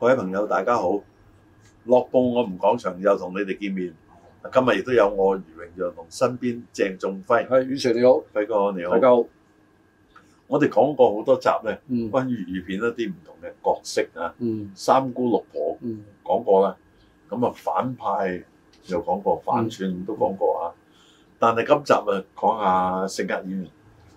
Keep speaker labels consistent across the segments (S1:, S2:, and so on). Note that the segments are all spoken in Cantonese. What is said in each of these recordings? S1: 位朋友大家好，樂報我們講場又同你哋見面，今日亦都有我余榮陽同身邊鄭仲輝，
S2: 係，宇常你好，
S1: 輝哥你
S2: 大
S1: 好。
S2: 家好。
S1: 我哋講過好多集咧，
S2: 嗯
S1: 關於粵語片一啲唔同嘅角色啊，
S2: 嗯
S1: 三姑六婆
S2: 嗯
S1: 講過啦，咁啊反派又講過，反串都講過啊。但係今集啊講下性格演員，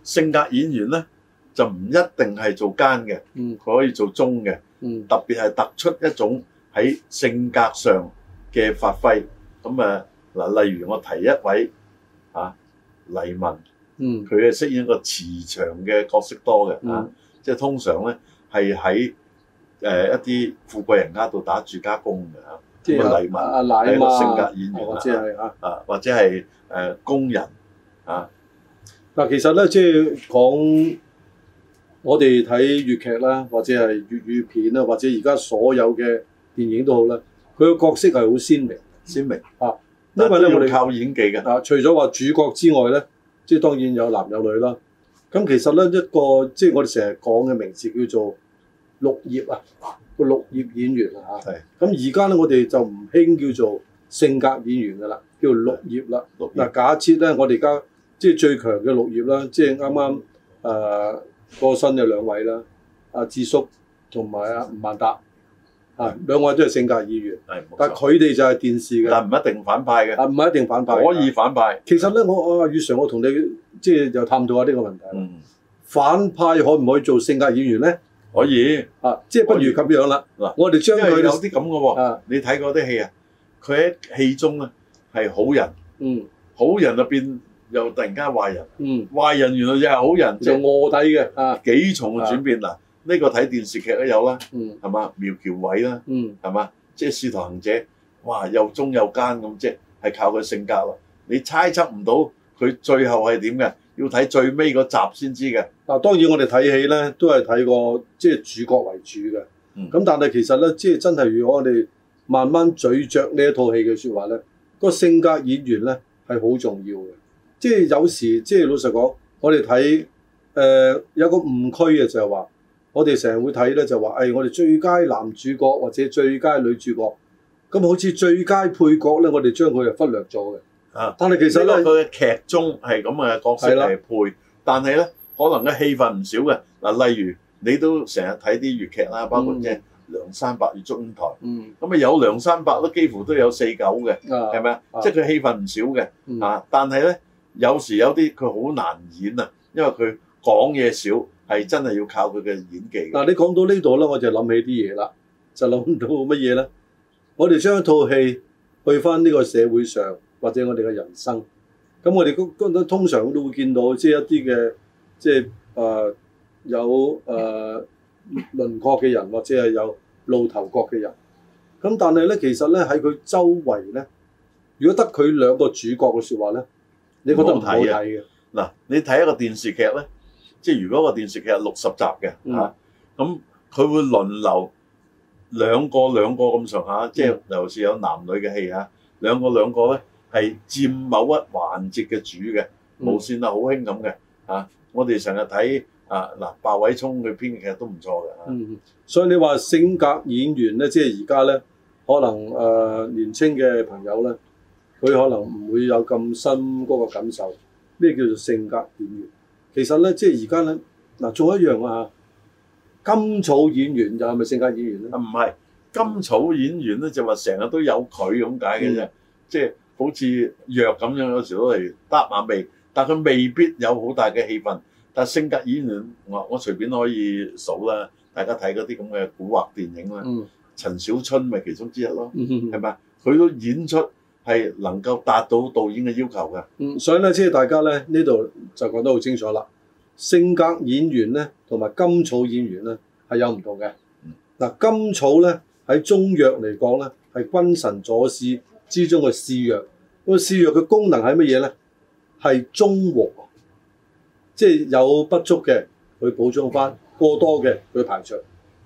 S1: 性格演員咧就唔一定係做奸嘅，
S2: 嗯
S1: 佢可以做忠嘅。
S2: 嗯
S1: 特別係突出一種喺性格上嘅發揮。咁啊嗱，例如我提一位啊黎文，
S2: 嗯
S1: 佢係飾演一個慈祥嘅角色多嘅、啊
S2: 嗯，
S1: 即係通常咧係喺誒一啲富貴人家度打住家工嘅啊
S2: 即
S1: 咁啊黎
S2: 係
S1: 文
S2: 阿阿奶
S1: 係一個
S2: 嘛，
S1: 性格演員
S2: 我
S1: 啦
S2: 知係啊。
S1: 啊，或者係誒、呃工人啊，
S2: 嗱，其實咧，即係講我哋睇粵劇啦，或者係粵語片啦，或者而家所有嘅電影都好啦，佢嘅角色係好鮮明。
S1: 鮮明。
S2: 因
S1: 但
S2: 為
S1: 係
S2: 咧，
S1: 都
S2: 我
S1: 要
S2: 哋
S1: 靠演技嘅，
S2: 啊，除咗話主角之外咧，即係當然有男有女啦。咁其實咧一個即係我哋成日講嘅名字叫做綠葉啊，個綠葉演員啊嚇
S1: 係。
S2: 咁而家咧我哋就唔興叫做性格演員㗎啦，叫綠葉啦。
S1: 六
S2: 嗱，假設咧我哋而家即係最強嘅綠葉啦，即係啱啱誒過身嘅兩位啦，阿智叔同埋阿吳萬達啊，兩位都係性格演員，
S1: 係冇
S2: 但係
S1: 錯
S2: 佢哋就係電視嘅，
S1: 但唔一定反派嘅，
S2: 啊唔係一定反派㗎。
S1: 可以反派。
S2: 其實咧，我我阿宇常，我同你即係又探討下呢個問題。
S1: 嗯，
S2: 反派可唔可以做性格演員咧？
S1: 可以，
S2: 啊，即係不如
S1: 可以
S2: 咁樣啦。
S1: 嗱
S2: 嗱，我哋將
S1: 因為
S2: 佢
S1: 有啲咁嘅喎。
S2: 啊，
S1: 你睇過啲戲啊，佢喺戲中咧係好人，
S2: 嗯
S1: 好人入邊又突然間壞人，
S2: 嗯，
S1: 壞人原來又係好人，即
S2: 就
S1: 係
S2: 卧底嘅啊，
S1: 幾重嘅轉變嗱。呢個睇電視劇都有啦，
S2: 嗯
S1: 係嘛？苗僑偉啦，
S2: 嗯
S1: 係嘛？即係《使徒行者》，哇，又忠又奸咁，即係係靠佢性格啦。你猜測唔到佢最後係點嘅，要睇最尾嗰集先知嘅。
S2: 嗱，當然我哋睇戲咧都係睇個即係主角為主嘅。咁、
S1: 嗯
S2: 但係其實咧，即係真係如果我哋慢慢咀嚼呢一套戲嘅説話咧，個性格演員咧係好重要嘅。即係有時即係老實講，我哋睇誒有個誤區嘅就係話，我哋成日會睇咧就話，誒、哎我哋最佳男主角或者最佳女主角，咁好似最佳配角咧，我哋將佢係忽略咗嘅。
S1: 啊，
S2: 但係其實
S1: 呢
S2: 咧，
S1: 個佢嘅劇中係咁嘅角色
S2: 係啦
S1: 係配，但係咧可能嘅戲份唔少嘅嗱，例如你都成日睇啲粵劇啦，包括
S2: 嗯
S1: 即係《梁山伯與祝英台》，
S2: 嗯
S1: 咁啊有梁山伯都幾乎都有四九嘅，
S2: 啊，
S1: 係咪啊？
S2: 啊
S1: 即係佢戲份唔少嘅
S2: 嗯
S1: 啊，但係咧有時有啲佢好難演啊，因為佢講嘢少，係真係要靠佢嘅演技嘅。
S2: 嗱，你講到呢度咧，我就諗起啲嘢啦，就諗到乜嘢咧？我哋將一套戲去翻呢個社會上，或者我哋嘅人生，咁我哋嗰嗰通常都會見到，即係一啲嘅，即係誒、呃有誒、呃、輪廓嘅人，或者係有露頭角嘅人。咁但係咧，其實咧喺佢周圍咧，如果得佢兩個主角嘅説話咧，你覺得唔好睇啊
S1: 唔好
S2: 嘅？
S1: 嗱，你睇一個電視劇咧，即係如果個電視劇係六十集嘅嚇，
S2: 嗯
S1: 咁、佢會輪流兩個兩個咁上下，即係尤其是有男女嘅戲嚇，兩個兩個咧係佔某一環節嘅主嘅，
S2: 嗯
S1: 無線啊好興咁嘅嚇。我哋成日睇啊嗱，鮑偉聰佢編嘅劇都唔錯嘅啊嚇。
S2: 嗯，所以你話性格演員咧，即係而家咧，可能誒、呃年青嘅朋友咧，佢可能唔會有咁深嗰個感受。咩叫做性格演員？其實咧，即係而家咧，嗱，仲有一樣啊，甘草演員又係咪性格演員咧？
S1: 啊唔係甘草演員咧，就話成日都有佢咁解嘅啫，即係好似藥咁樣，有時都嚟搭下味，但佢未必有好大嘅氣氛。但性格演員，我我隨便可以數啦，大家睇嗰啲咁嘅古惑電影啦，
S2: 嗯
S1: 陳小春咪其中之一咯，
S2: 嗯
S1: 係咪？佢都演出係能夠達到導演嘅要求嘅。
S2: 嗯，所以咧，即係大家咧呢度就講得好清楚啦。性格演員咧，同埋甘草演員咧係有唔同嘅
S1: 嗯。
S2: 嗱、甘草咧喺中藥嚟講咧係君臣佐使之中嘅試藥。個試藥嘅功能係乜嘢咧？係中和，即係有不足嘅佢補充翻，過多嘅佢排除，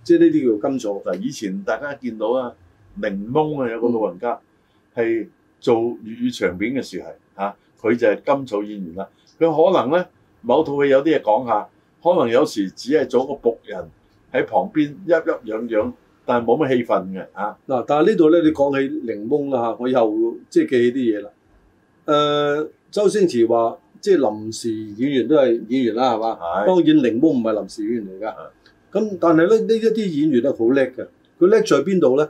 S2: 即係呢啲叫甘草。
S1: 嗱，以前大家見到啊，檸檬啊，有個老人家
S2: 嗯
S1: 係做粵語長片嘅時候嚇，佢、就係甘草演員啦。佢可能咧某套戲有啲嘢講下，可能有時只係做個僕人喺旁邊一一樣樣，但係冇乜氣氛嘅啊嚇。
S2: 嗱，但係呢度咧，你講起檸檬啦嚇，我又即係記起啲嘢啦。誒、周星馳話即係臨時演員都係演員啦，係嘛？
S1: 係啊
S2: 當然檸檬唔係臨時演員嚟㗎。咁但係咧，呢一啲演員咧好叻嘅，佢叻在邊度咧？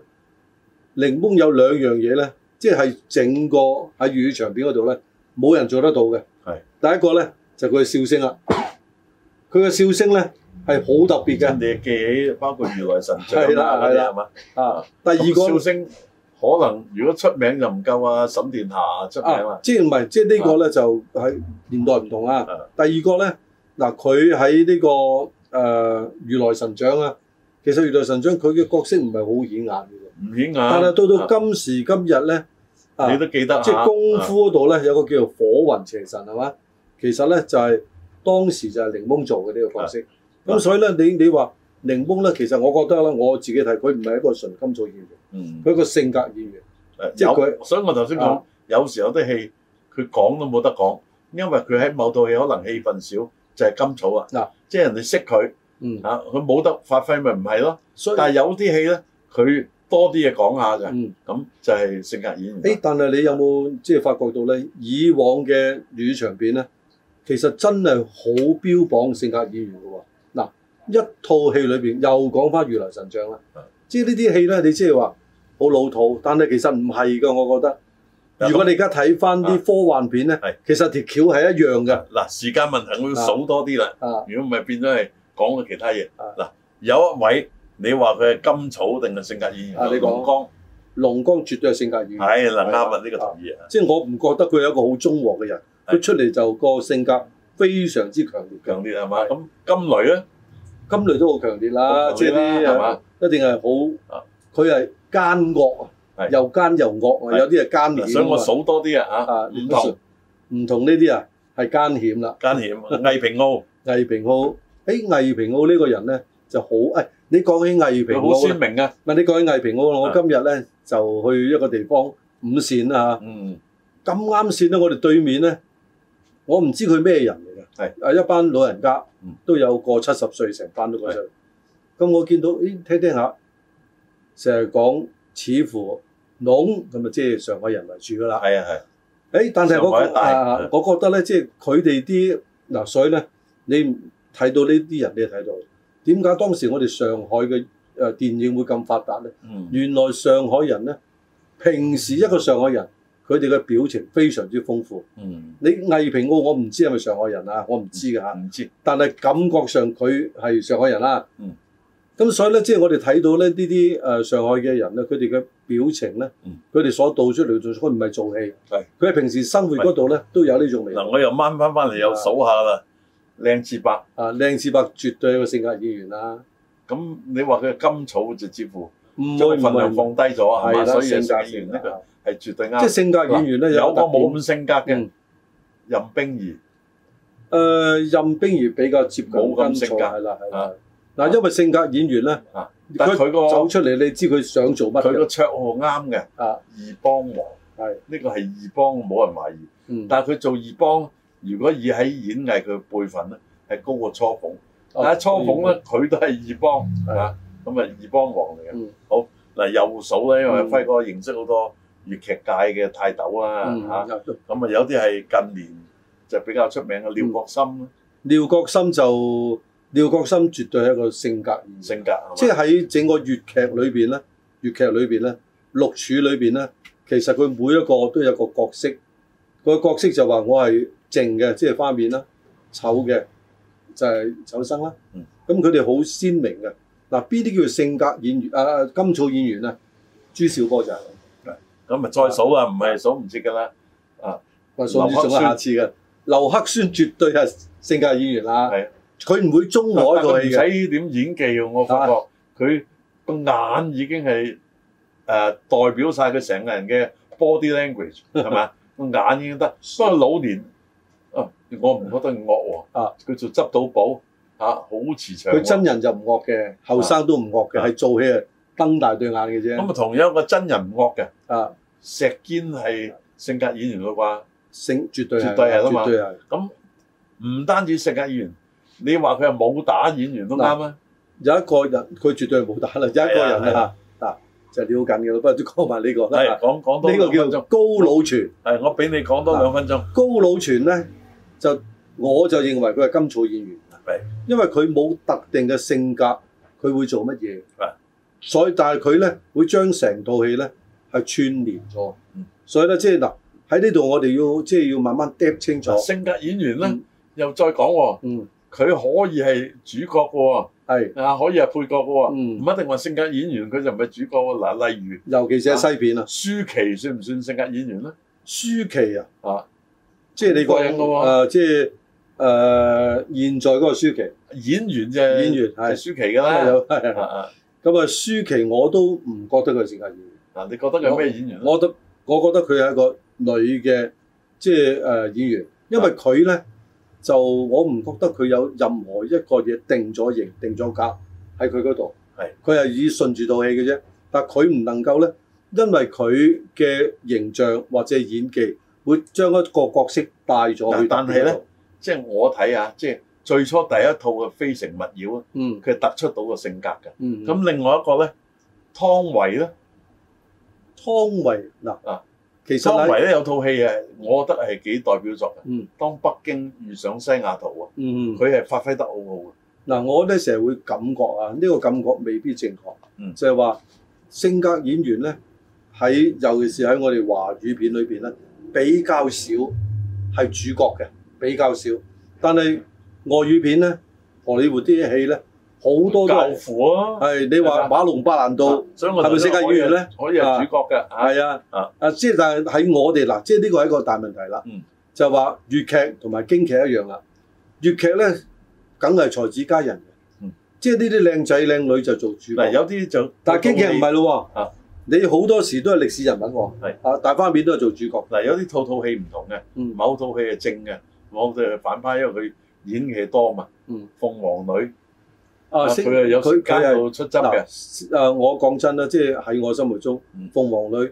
S2: 檸檬有兩樣嘢咧，即係整個喺粵語長片嗰度咧，冇人做得到嘅。
S1: 係
S2: 第一個咧就佢嘅笑聲啦，佢嘅笑聲咧係好特別嘅
S1: 人哋記起包括如來神掌
S2: 係啦
S1: 啦嗰
S2: 係
S1: 啲
S2: 啦
S1: 係嘛？
S2: 啊。第二個
S1: 咁
S2: 呢
S1: 笑聲可能如果出名就唔夠啊，沈殿霞出名
S2: 啊
S1: 啦，，
S2: 即係唔係？即係呢個
S1: 啊
S2: 咧就係年代唔同啊。第二個咧，嗱佢喺呢個誒、呃、如來神掌啊，其實如來神掌佢嘅角色唔係好顯眼嘅喎，
S1: 唔顯眼。
S2: 但係到到今時今日咧，
S1: 啊
S2: 啊
S1: 你都記得下
S2: 即係功夫嗰度咧有個叫做火雲邪神係嘛？其實咧就係、當時就係檸檬做嘅呢個角色。
S1: 啊
S2: 咁所以咧，你你話檸檬咧，其實我覺得咧，我自己睇佢唔係一個純金屬演員，
S1: 嗯
S2: 佢係一個性格演員。
S1: 誒
S2: 即係佢
S1: 有，所以我頭先講
S2: 啊
S1: 有時有啲戲佢講都冇得講，因為佢喺某套戲可能氣氛少，就係甘草啊
S2: 嗱。
S1: 即係人哋識佢
S2: 嗯，
S1: 啊，佢冇得發揮咪唔係咯。
S2: 所以
S1: 但係有啲戲咧，佢多啲嘢講下嘅，
S2: 嗯。
S1: 咁就係性格演員啦。
S2: 誒，但係你有冇即係發覺到咧？以往嘅粵語長片咧，其實真係好標榜性格演員嘅喎。嗱，一套戲裏邊又講翻如來神掌啦
S1: 係，
S2: 即係呢啲戲咧，你即係話好老土，但係其實唔係嘅，我覺
S1: 嗱啊
S2: 得。如果你而家睇翻啲科幻片咧
S1: 係，
S2: 其實條橋係一樣嘅
S1: 嗱，時間問題我要數多啲啦。
S2: 啊，
S1: 如果唔係變咗係講嘅其他嘢。
S2: 啊
S1: 嗱，有一位你話佢係甘草定係性格演員？
S2: 啊你講
S1: 龍江
S2: 龍江絕對係性格演員，
S1: 係嗱啱
S2: 係
S1: 啊，
S2: 啊
S1: 呢個同意啊。
S2: 即係我唔覺得佢係一個好中和嘅人，
S1: 係
S2: 佢出嚟就個性格非常之強烈嘅。
S1: 強烈係嘛？
S2: 係
S1: 咁金雷咧，
S2: 金雷都好強烈啦，
S1: 好
S2: 即
S1: 強
S2: 係
S1: 烈啦
S2: 啲
S1: 係
S2: 係
S1: 嘛
S2: 嘛？一定係
S1: 啊
S2: 好，佢係奸惡啊，
S1: 係
S2: 又奸又惡啊，
S1: 係
S2: 有啲係奸險啊嘛。
S1: 所以我數多啲
S2: 啊
S1: 啊，嚇，唔同
S2: 唔同呢啲啊，係奸險啦。
S1: 間險、魏平澳，
S2: 魏平浩，誒魏平浩呢個人咧就好，誒你講起魏
S1: 佢
S2: 平
S1: 好
S2: 浩
S1: 鮮
S2: 呢，
S1: 明啊。
S2: 唔係你講起魏平浩啦，我
S1: 啊
S2: 今日咧就去一個地方五線啊啦
S1: 嗯，
S2: 嚇，咁啱線咧，我哋對面咧，我唔知佢咩人嚟
S1: 係
S2: 嘅，啊係一班老人家
S1: 嗯，
S2: 都有過七十歲，成班都過七十歲。咁我見到，咦，聽聽下，成日講似乎農咁啊，即係上海人為主噶啦。
S1: 係啊
S2: 誒，但係我
S1: 上海一帶
S2: 啊，我覺得咧，即係佢哋啲嗱，所以咧，你睇到呢啲人，你就睇到點解當時我哋上海嘅誒電影會咁發達咧？
S1: 係，嗯，
S2: 原來上海人咧，平時一個上海人，佢哋嘅表情非常之豐富。
S1: 嗯，
S2: 你魏平澳，我唔知係咪上海人啊，我唔知㗎嚇。
S1: 唔知，
S2: 但係感覺上佢係上海人啦。
S1: 嗯。
S2: 咁所以咧，即係我哋睇到咧呢啲誒上海嘅人咧，佢哋嘅表情咧
S1: 嗯，
S2: 佢哋所道出嚟嘅做，佢唔係做戲
S1: 係，
S2: 佢係平時生活嗰度咧都有呢種味道
S1: 嗱，。我又掹翻翻嚟又數下啦，靚至白。
S2: 啊，靚次伯絕對係個性格演員啦，
S1: 咁你話佢係甘草就似乎
S2: 唔
S1: 將
S2: 會
S1: 份
S2: 唔會
S1: 量放低咗係嘛？
S2: 係啦，
S1: 所以
S2: 性
S1: 性
S2: 格
S1: 格
S2: 性
S1: 演員
S2: 格
S1: 呢個係絕對
S2: 即係
S1: 啱。
S2: 性格演員咧
S1: 有個
S2: 個
S1: 冇咁性格嘅
S2: 嗯
S1: 任冰兒，
S2: 誒呃任冰兒比較接近
S1: 冇咁性格
S2: 跟錯係啦係
S1: 啊
S2: 啦。嗱，因為性格演員咧
S1: 啊，但
S2: 佢
S1: 佢個
S2: 走出嚟，你知佢想做乜
S1: 佢個
S2: 嘅
S1: 綽號啱嘅，
S2: 啊？
S1: 二幫王。
S2: 係
S1: 呢個係二幫，冇人懷疑。
S2: 嗯，
S1: 但係佢做二幫，如果以喺演藝佢嘅輩分咧，係高過初鳳。
S2: 哦
S1: 但係啊初鳳咧，佢都係二幫
S2: 係
S1: 啊，咁啊二幫王嚟嘅
S2: 嗯。
S1: 好嗱，又數咧，因為
S2: 嗯
S1: 輝哥認識好多粵劇界嘅泰斗啊
S2: 嗯
S1: 嚇，咁啊有啲係近年就比較出名嘅廖國森
S2: 嗯廖國森就廖國森絕對係一個性格演員，
S1: 性格係嘛
S2: 即係喺整個粵劇裏邊咧，粵劇裏邊咧，六柱裏邊咧，其實佢每一個都有個角色，個角色就話我係靜嘅，即係花面啦；醜嘅就係醜生啦
S1: 嗯。
S2: 咁佢哋好鮮明嘅。嗱，邊啲叫性格演員啊？甘草演員咧，朱兆波就係、
S1: 咁咪再數啊，唔係數唔切㗎啦。啊，
S2: 我數
S1: 劉克
S2: 數
S1: 宣
S2: 下次嘅。劉克宣絕對係性格演員啦，
S1: 係啊
S2: 佢唔會中
S1: 但
S2: 我一個
S1: 佢唔
S2: 戲嘅。
S1: 使點演技喎，我發覺佢個眼已經係誒、呃代表晒佢成個人嘅 body language 係 咪啊？個眼已經得，不過老年啊，我唔覺得佢惡喎。
S2: 啊，
S1: 佢做執到寶嚇，啊好慈祥喎。
S2: 佢真人就唔惡嘅，後生都唔惡嘅，
S1: 啊
S2: 係做戲啊瞪大對眼嘅啫。
S1: 咁啊，同樣個真人唔惡嘅，
S2: 啊，
S1: 石堅係性格演員嘅啩。
S2: 性絕對
S1: 絕對係啦嘛
S2: 絕對係。
S1: 咁唔單止性格演員，你話佢係武打演員都啱啊。
S2: 有一個人佢絕對係冇打啦，有一個人
S1: 係啊
S2: 啦嚇，嗱就撩緊嘅啦，不過都講埋呢個
S1: 係
S2: 啦。
S1: 講講多兩
S2: 呢個
S1: 分
S2: 叫
S1: 鐘，
S2: 高老泉，
S1: 係我俾你講多兩分鐘，
S2: 高老泉咧就我就認為佢係金草演員，啊
S1: 係
S2: 因為佢冇特定嘅性格，佢會做乜嘢
S1: 係，
S2: 所以但係佢咧會將成套戲咧係串連咗
S1: 嗯，
S2: 所以咧即係嗱喺呢度我哋要即係要慢慢嗒清楚
S1: 嗱，性格演員咧
S2: 嗯
S1: 又再講喎，
S2: 嗯
S1: 佢可以係主角嘅喎。
S2: 係，
S1: 啊，可以係配角嘅喎，唔、
S2: 嗯
S1: 一定話性格演員佢就唔係主角喎。嗱，例如
S2: 尤其是喺西片啊，
S1: 舒淇算唔算性格演員咧？
S2: 舒淇啊。
S1: 啊，
S2: 即係你講
S1: 過癮㗎喎
S2: 誒，即係誒現在嗰個舒淇
S1: 演員就
S2: 演員
S1: 係
S2: 係
S1: 舒淇㗎
S2: 真係
S1: 啦。
S2: 有係
S1: 啊
S2: 係
S1: 啊
S2: 咁啊，舒淇我都唔覺得佢係性格演員，
S1: 嗱，啊你覺得佢係咩演員咧？
S2: 我覺得我覺得佢係一個女嘅即係誒演員，因
S1: 啊
S2: 為佢咧就我唔覺得佢有任何一個嘢定咗型定咗格喺佢嗰度，
S1: 係
S2: 佢係以順住套戲嘅啫，但佢唔能夠咧，因為佢嘅形象或者演技會將一個角色帶咗去
S1: 但但係呢
S2: 嗰度，
S1: 即係我睇下，即係最初第一套嘅《非誠勿擾》啊，
S2: 嗯
S1: 佢突出到個性格嘅。
S2: 嗯，
S1: 咁、另外一個咧，湯唯咧，
S2: 湯唯嗱
S1: 啊，
S2: 其實
S1: 湯
S2: 呢
S1: 唯咧有套戲啊，我覺得係幾代表作嘅。
S2: 嗯
S1: 當北京遇上西雅圖啊，
S2: 嗯
S1: 佢係發揮得好好嘅。
S2: 嗱，我咧成日會感覺啊，呢、個感覺未必正確，
S1: 嗯
S2: 就係話性格演員咧喺尤其是喺我哋華語片裏邊咧比較少係主角嘅，比較少。但係外語片咧，荷里活啲戲咧好多都
S1: 教
S2: 係
S1: 父啊，
S2: 係你話馬龍白蘭度
S1: 所以我
S2: 係咪性格演員咧
S1: 可以係主角嘅啊
S2: 係啊
S1: 啊
S2: 啊，即係但係喺我哋嗱，即係呢個係一個大問題啦。
S1: 嗯
S2: 就係話粵劇同埋京劇一樣啦，粵劇咧梗係才子佳人嘅，
S1: 嗯
S2: 即係呢啲靚仔靚女就做主
S1: 嗱，
S2: 角。
S1: 有啲就
S2: 但係京劇唔係咯喎，
S1: 啊
S2: 你好多時都係歷史人物喎，
S1: 係
S2: 啊大花面都係做主角。
S1: 嗱，有啲套套戲唔同嘅，
S2: 嗯
S1: 某套戲係正嘅，某套戲係反派，因為佢演嘅多嘛。
S2: 嗯，
S1: 鳳凰女
S2: 啊
S1: 佢
S2: 識
S1: 係有時間
S2: 係
S1: 到出汁嘅，
S2: 嗱誒，我講真啦，即係喺我心目中
S1: 嗯，
S2: 鳳凰女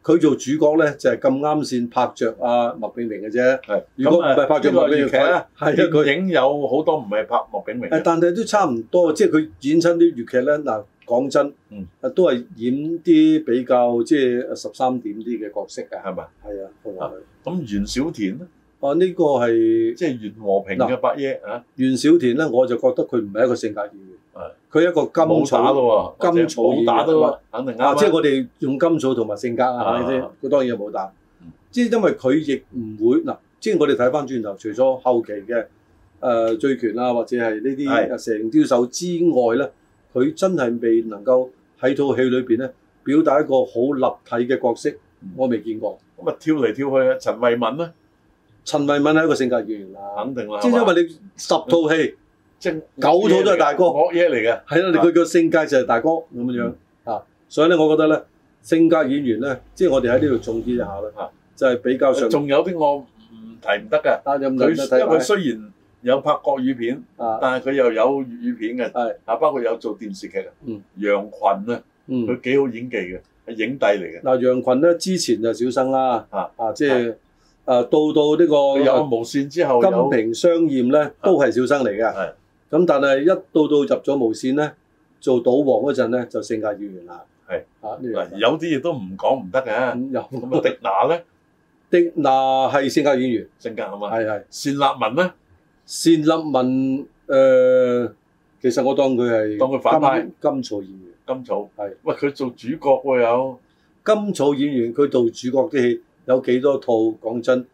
S2: 佢做主角咧就係咁啱先拍着阿麥炳明嘅啫。
S1: 係
S2: 如果唔係拍
S1: 咁
S2: 着
S1: 誒呢
S2: 麥
S1: 個
S2: 炳
S1: 粵
S2: 明，
S1: 劇
S2: 佢係
S1: 咧
S2: 啊，佢
S1: 電影有好多唔係拍莫炳明
S2: 誒，
S1: 嘅，
S2: 但係都差唔多，即係佢演親啲粵劇咧。嗱，講真，
S1: 嗯
S2: 啊都係演啲比較即係十三點啲嘅角色嘅。
S1: 係咪？
S2: 係啊，鳳凰女。
S1: 咁袁小田咧，
S2: 啊，呢個係
S1: 即係袁和平嘅伯爺啊，
S2: 袁小田咧，我就覺得佢唔係一個性格演員
S1: 係，
S2: 佢一個金
S1: 冇打
S2: 草
S1: 咯喎，
S2: 金草
S1: 或者冇打
S2: 演員
S1: 都肯定啱
S2: 啊，
S1: 啦
S2: 即係我哋用金草同埋性格啊，
S1: 啊
S2: 係咪先？佢當然係冇打
S1: 嗯，
S2: 即係因為佢亦唔會嗱，即係我哋睇翻轉頭，除咗後期嘅誒醉拳啊，或者係呢
S1: 係
S2: 啲蛇形刁手之外咧，佢真係未能夠喺套戲裏邊咧表達一個好立體嘅角色
S1: 嗯，
S2: 我未見過。
S1: 咁啊跳嚟跳去啊，陳慧敏咧
S2: 陳慧敏係一個性格演員啦，
S1: 肯定啦，
S2: 即係
S1: 係
S2: 因
S1: 嘛
S2: 為你十套
S1: 嗯
S2: 戲
S1: 即係
S2: 九套都係大哥
S1: 惡嘢嚟嘅，
S2: 係啦，你佢個性格就係大哥咁樣
S1: 嗯
S2: 樣啊，所以咧，我覺得咧性格演員咧，即係我哋喺呢度重啲一下
S1: 啊
S2: 啦，就係比較上。
S1: 仲有啲我唔提唔得嘅，
S2: 啊，有唔
S1: 佢
S2: 同嘅睇
S1: 因為佢
S2: 法
S1: 雖然有拍國語片。
S2: 啊，
S1: 但係佢又有粵語片嘅，
S2: 係
S1: 啊，包括有做電視劇嘅，
S2: 嗯
S1: 楊群咧，
S2: 嗯，
S1: 佢幾好演技嘅，係影帝嚟嘅，
S2: 嗱，楊群咧之前就小生啦，
S1: 啊
S2: 啊，即係啊，到到呢
S1: 佢有
S2: 個
S1: 無線之後有啊
S2: 金瓶雙艷咧，都係小生嚟嘅，
S1: 係
S2: 咁但係一到到入咗無線咧，做賭王嗰陣咧，就性格演員啦，
S1: 係
S2: 啊，呢
S1: 嗱
S2: 樣
S1: 有啲嘢都唔講唔得嘅，
S2: 咁有
S1: 咁啊迪娜咧
S2: 的嗱係性格演員，
S1: 性格係嘛，
S2: 係係
S1: 單立文咧
S2: 單立文誒，其實我當佢係
S1: 當佢反派
S2: 金金草演員。
S1: 金草，
S2: 係
S1: 喂佢做主角喎有，
S2: 金草演員佢做主角啲戲有幾多套？講真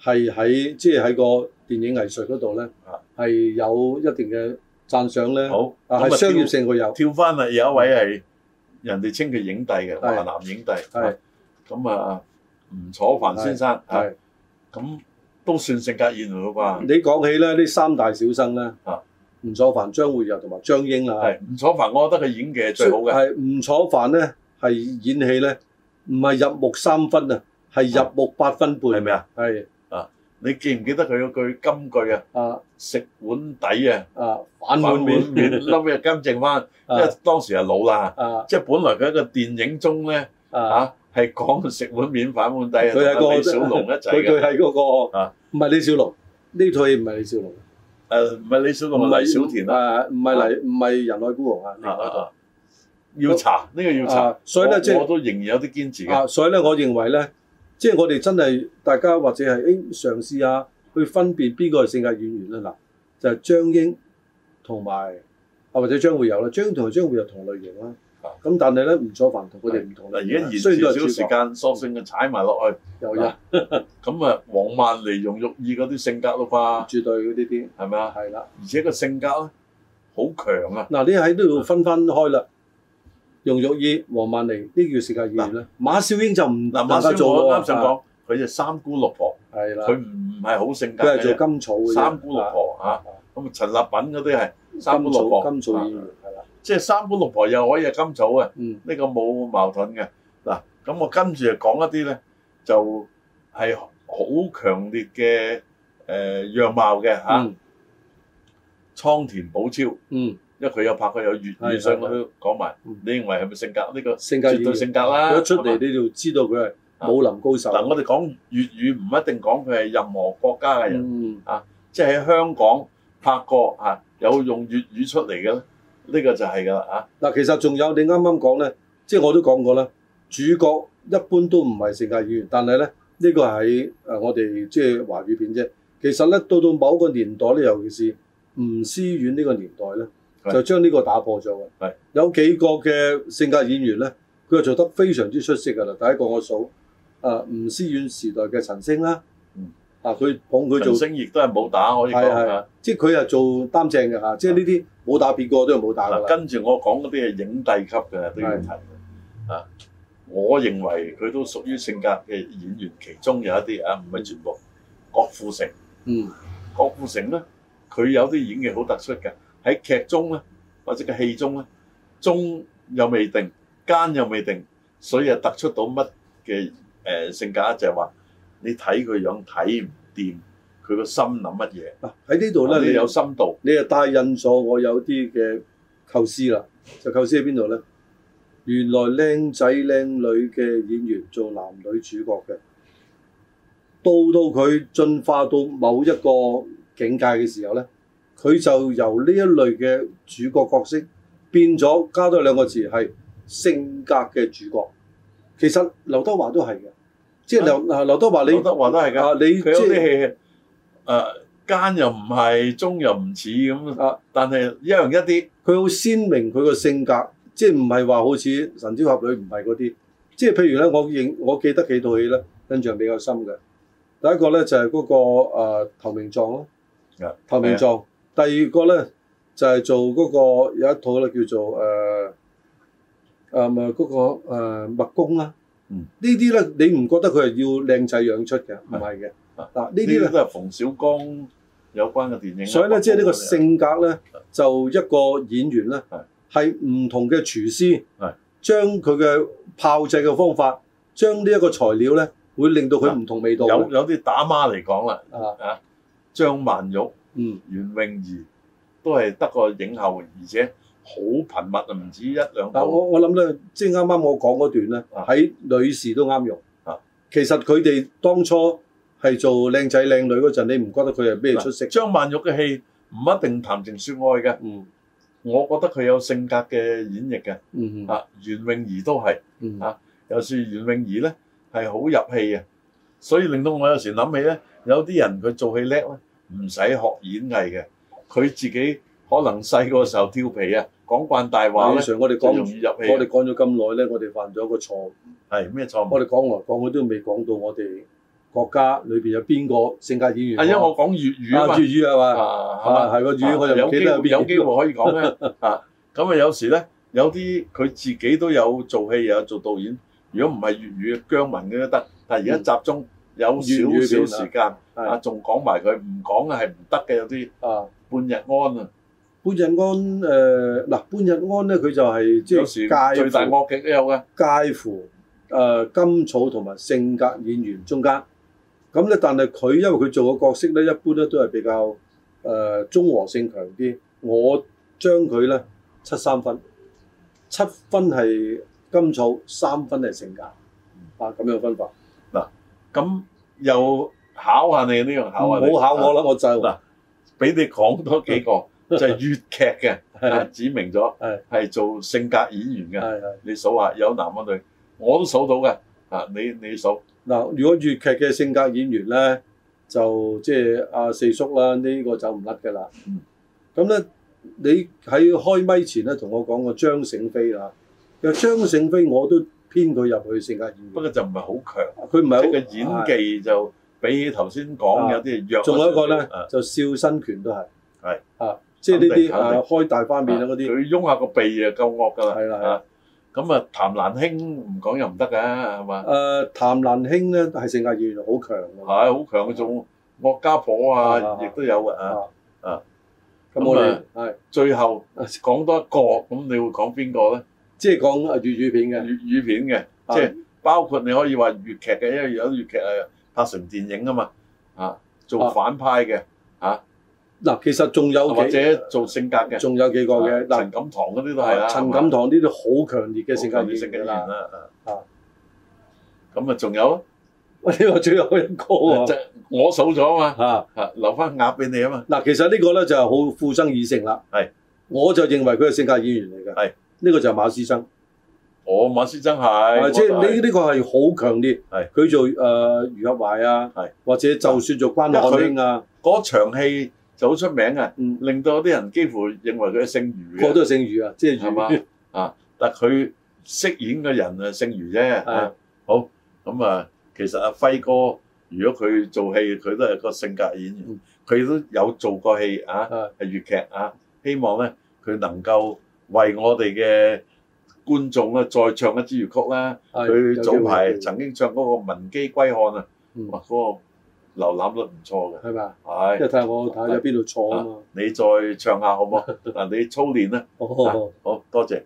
S2: 係喺即係喺個電影藝術嗰度咧
S1: 啊，
S2: 係有一定嘅讚賞咧。
S1: 好
S2: 啊，
S1: 咁
S2: 係
S1: 啊
S2: 商業性佢
S1: 跳
S2: 有
S1: 跳翻嚟有一位係人哋稱佢影帝嘅
S2: 嗯係
S1: 華南影帝，
S2: 係
S1: 咁啊吳楚帆先生啊，
S2: 係。
S1: 咁都算性格演員嘅啩，
S2: 你講起咧呢三大小生咧
S1: 啊，
S2: 吳楚帆、張活游同埋張瑛啦，
S1: 係吳楚帆，我覺得佢演技係最好嘅，
S2: 係吳楚帆咧係演戲咧唔係入木三分啊，係入木八分半。
S1: 係咪啊？
S2: 係
S1: 你記唔記得佢嗰句金句啊？
S2: 啊
S1: 食碗底啊，
S2: 啊反
S1: 反
S2: 滿
S1: 碗面，
S2: 面
S1: 嬲日金正翻，因為
S2: 啊
S1: 當時係老啦，
S2: 啊
S1: 即係本來佢一個電影中咧
S2: 啊！
S1: 嚇係講食碗面反碗底啊，
S2: 佢
S1: 同
S2: 係
S1: 阿
S2: 個
S1: 李小龍一齊
S2: 佢
S1: 嘅，
S2: 佢係嗰個
S1: 啊
S2: 唔係李小龍，呢套戲唔係李小龍，
S1: 誒唔係李小龍
S2: 唔
S1: 啊，
S2: 係
S1: 黎小田啊，
S2: 啊，唔係黎唔係人海孤雄啊，另
S1: 啊
S2: 外一套
S1: 啊啊要查呢個要查
S2: 啊，所以咧
S1: 我
S2: 即係
S1: 我都仍然有啲堅持嘅，
S2: 啊，所以咧，我認為咧，即係我哋真係大家或者係誒嘗試下去分辨邊個係性格演員啦。嗱，就係、張英同埋啊，或者張會友啦。張英同埋張會友同類型啦
S1: 啊。
S2: 咁但係咧，吳楚凡同佢哋唔同
S1: 嗱而
S2: 類
S1: 家
S2: 型啦。
S1: 延
S2: 啊雖
S1: 遲
S2: 然都係
S1: 少
S2: 主
S1: 時
S2: 角，
S1: 間，索性就踩埋落去，
S2: 有有
S1: 咁啊，黃曼梨、容玉意嗰啲性格咯啩，
S2: 絕對呢啲
S1: 係咪啊？
S2: 係啦。
S1: 而且個性格咧好強啊！
S2: 嗱，你喺呢度分分開啦。容玉意、黃曼梨呢叫性格演員啦。馬少英就唔
S1: 嗱，
S2: 能
S1: 馬
S2: 夠
S1: 先我
S2: 做喎
S1: 啱想，講，佢就三姑六婆，
S2: 係
S1: 佢
S2: 啦，
S1: 唔係好性格
S2: 佢係
S1: 嘅啫，
S2: 做金草嘅啫
S1: 三姑六婆啊，咁啊陳立品嗰啲係三姑
S2: 金
S1: 六
S2: 草
S1: 婆，
S2: 金草
S1: 啊
S2: 演員係啦，
S1: 即係三姑六婆又可以係金草啊！
S2: 嗯。
S1: 呢個冇矛盾嘅。嗱，咁我跟住就講一啲咧，就係好強烈嘅誒、呃、樣貌嘅嚇。
S2: 嗯
S1: 倉田寶超，因
S2: 嗯，
S1: 為佢有拍過有粵語，
S2: 係
S1: 所以
S2: 係
S1: 我都講埋。
S2: 嗯
S1: 你認為係咪性格？呢、個
S2: 性格
S1: 絕
S2: 演
S1: 對
S2: 員，
S1: 性格啦。
S2: 佢一出嚟
S1: 係嘛
S2: 你就知道佢係武林高
S1: 嗱，啊
S2: 手。
S1: 我哋講粵語唔一定講佢係任何國家嘅人，
S2: 嗯，
S1: 即係喺香港拍過嚇、啊有用粵語出嚟嘅咧，呢、個就係㗎啦嚇。
S2: 嗱，其實仲有你啱啱講咧，即係我都講過啦，主角一般都唔係性格演員，但係咧呢個喺誒我哋即係華語片啫。其實咧到到某個年代咧，尤其是吳思遠呢個年代
S1: 係
S2: 咧，就將呢個打破咗嘅。
S1: 係
S2: 有幾個嘅性格演員咧，佢係做得非常之出色㗎啦。第一個我數誒吳思遠時代嘅陳星啦
S1: 嗯，
S2: 啊佢捧佢
S1: 陳
S2: 做。
S1: 星亦都係武打可以
S2: 係
S1: 講
S2: 係
S1: 嚇。
S2: 即係佢係做擔正嘅嚇，即係呢啲冇打別過都係冇打㗎
S1: 嗱，
S2: 啦。
S1: 跟住我講嗰啲係影帝級嘅都要提嘅。啊，我認為佢都屬於性格嘅演員，其中有一啲啊，唔係全部。郭富城，
S2: 嗯，
S1: 郭富城咧，佢有啲演技好突出嘅，喺劇中咧，或者個戲中咧，中又未定，奸又未定，所以啊突出到乜嘅誒性格呢就係話，你睇佢樣睇唔掂，佢個心諗乜嘢，
S2: 嗱喺呢度咧，
S1: 你
S2: 你
S1: 有
S2: 有
S1: 深度。
S2: 你又帶引咗我有啲嘅構思啦。就構思喺邊度咧？原來靚仔靚女嘅演員做男女主角嘅，到到佢進化到某一個境界嘅時候咧，佢就由呢一類嘅主角角色變咗，加多兩個字係性格嘅主角。其實劉德華都係嘅，即係劉啊劉德華你
S1: 劉德華都係㗎
S2: 啊，你
S1: 哦佢有
S2: 即
S1: 啲
S2: 係
S1: 戲誒奸又唔係，忠又唔似咁，
S2: 啊。
S1: 但係一樣一啲。
S2: 佢好鮮明佢個性格，即係唔係話好似神雕俠侶唔係嗰啲，即係譬如咧，我認我記得幾套戲咧，印象比較深嘅。第一個咧就係、嗰、個、呃、投名狀咯，
S1: 啊
S2: 投名狀。第二個咧就係、做嗰、個有一套咧叫做誒誒咪嗰個誒、呃、麥公啦。
S1: 嗯
S2: 呢啲咧你唔覺得佢係要靚仔樣出嘅？唔係嘅。
S1: 啊
S2: 嗱呢
S1: 呢
S2: 啲咧
S1: 啲。都係馮小剛有關嘅電影啊。
S2: 所以咧，即係呢個性格咧，就一個演員咧
S1: 係，
S2: 係唔同嘅廚師
S1: 係，
S2: 將佢嘅炮製嘅方法，將呢一個材料咧，會令到佢唔同味道嘅。
S1: 有有啲打孖嚟講啦，
S2: 啊，
S1: 張曼玉、
S2: 嗯，
S1: 袁詠儀都係得個影后，而且好頻密啊，唔止一兩
S2: 但
S1: 套。
S2: 我我諗咧，即係啱啱我講嗰段咧，
S1: 啊
S2: 喺女士都啱用
S1: 啊。
S2: 其實佢哋當初係做靚仔靚女嗰陣，你唔覺得佢係咩出色？
S1: 張曼玉嘅戲唔一定談情説愛嘅，
S2: 嗯
S1: 我覺得佢有性格嘅演繹嘅。
S2: 嗯
S1: 啊，袁詠儀都係。
S2: 嗯
S1: 啊有時袁詠儀咧係好入戲嘅，所以令到我有時諗起咧，有啲人佢做戲叻咧，唔使學演藝嘅，佢自己可能細個時候調皮啊，講慣大話
S2: 話
S1: 咧，
S2: 常我哋
S1: 就
S2: 講，
S1: 容易入
S2: 我
S1: 戲
S2: 哋講咗咁耐咧，我哋犯咗一個錯誤。
S1: 啊。係咩錯誤？
S2: 我哋講來講去都未講到我哋國家裏邊有邊個性格演員喎。
S1: 係因為我講粵語啊
S2: 啊
S1: 嘛
S2: 粵，語係嘛？
S1: 啊係
S2: 啊
S1: 嘛？
S2: 係個粵語，我就
S1: 有
S2: 唔
S1: 機
S2: 記得有
S1: 會有機
S2: 邊個。
S1: 會可以講 咧啊！咁啊有時咧，有啲佢自己都有做戲，又有做導演。如果唔係粵語，姜文嘅都得。但係而家集中有
S2: 嗯粵語
S1: 少
S2: 片
S1: 少
S2: 啊
S1: 時間
S2: 係
S1: 啊，仲講埋佢唔講嘅係唔得嘅，有啲
S2: 啊，
S1: 半日安啊，
S2: 半日安誒嗱，半日安咧佢就係即
S1: 有時
S2: 係
S1: 最大
S2: 介乎
S1: 惡極都有嘅。
S2: 介乎誒甘草同埋性格演員中間。咁咧，但係佢因為佢做嘅角色咧，一般咧都係比較誒中和性強啲。我將佢咧七三分，七分係甘草，三分係性格啊咁樣分法。
S1: 咁又考下你呢樣考下你，
S2: 唔好考我啦，我就嗯
S1: 嗱俾你講多幾個，就係粵劇嘅，啊
S2: 係
S1: 指明咗
S2: 係
S1: 係做性格演員嘅。
S2: 係係
S1: 你數下有男有女，我都數到嘅。啊，你你數
S2: 嗱，如果粵劇嘅性格演員咧，就即係阿四叔啦，呢、個走唔甩㗎啦
S1: 嗯。
S2: 咁咧、你喺開咪前咧同我講過張醒飛啦，其實張醒飛我都編佢入去性格演
S1: 不
S2: 員，
S1: 過就唔係好強，
S2: 佢唔係
S1: 哦
S2: 好
S1: 即係個演技就比起頭先講
S2: 啊
S1: 有啲係弱咗
S2: 仲有一個
S1: 少
S2: 咧
S1: 少啊，
S2: 就笑生拳都係，
S1: 係
S2: 啊，即係呢啲
S1: 肯定肯定
S2: 啊開大花面啊嗰啲，
S1: 佢擁下個鼻啊夠惡㗎啦。
S2: 係啦係
S1: 啊
S2: 啦。
S1: 咁啊，譚蘭卿唔講又唔得㗎，係嘛？
S2: 誒啊譚蘭卿咧係性格演員好強
S1: 係
S2: 㗎，
S1: 好強嘅，仲惡家婆啊
S2: 啊，
S1: 亦都有嘅啊。
S2: 啊
S1: 啊，
S2: 咁我
S1: 咁
S2: 哋
S1: 啊
S2: 係
S1: 最後
S2: 啊
S1: 講多一個，咁你會講邊個咧？
S2: 即係講啊粵語片嘅
S1: 粵。語片嘅，
S2: 啊
S1: 即係包括你可以話粵劇嘅，因為有啲粵劇係拍成電影啊嘛，啊做
S2: 啊
S1: 反派嘅，啊
S2: 嗱，其實仲有
S1: 或
S2: 幾
S1: 者做性格嘅，
S2: 仲有幾個嘅
S1: 啊
S2: 嗱
S1: 陳，錦堂嗰啲都係啦，
S2: 啊陳
S1: 係嘛
S2: 錦堂呢啲好強烈嘅性格
S1: 好強烈性
S2: 演
S1: 格演員
S2: 員啦。
S1: 啦，啊
S2: 啊
S1: 咁啊仲有
S2: 喂，呢個最後一個
S1: 啊，即
S2: 喎
S1: 係我數咗啊
S2: 嚇
S1: 嘛，啊留翻鴨俾你啊嘛，
S2: 嗱，其實呢個咧就係好富生以性啦。
S1: 係，
S2: 我就認為佢係性格演員嚟嘅。
S1: 係，
S2: 呢個就係馬師曾。
S1: 我馬師曾
S2: 啊
S1: 係，
S2: 即係
S1: 我都係
S2: 呢呢個係好強烈。
S1: 係
S2: 佢做誒余合懷啊
S1: 係，
S2: 或者就算做關漢卿啊，
S1: 嗰場戲就好出名啊，
S2: 嗯，
S1: 令到有啲人幾乎認為佢係姓余嘅
S2: 個。都係姓余啊，即係
S1: 係
S2: 余
S1: 嘛。啊？但佢飾演嘅人啊，姓余啫。
S2: 係
S1: 啊好咁啊，其實阿輝哥，如果佢做戲，佢都係個性格演員
S2: 嗯，
S1: 佢都有做過戲啊，
S2: 係
S1: 係粵劇啊。希望咧，佢能夠為我哋嘅觀眾咧，再唱一支粵曲啦。
S2: 係
S1: 佢
S2: 啊有機
S1: 早
S2: 會
S1: 排
S2: 有機會
S1: 曾經唱嗰個《民基歸漢》啊，
S2: 嗯
S1: 哇！嗰個瀏覽率唔錯嘅，
S2: 係嘛？即
S1: 係
S2: 係睇下我睇下邊度錯啊嘛。
S1: 你再唱下好唔好？嗱，你操練啦，
S2: 哦。
S1: 好多謝。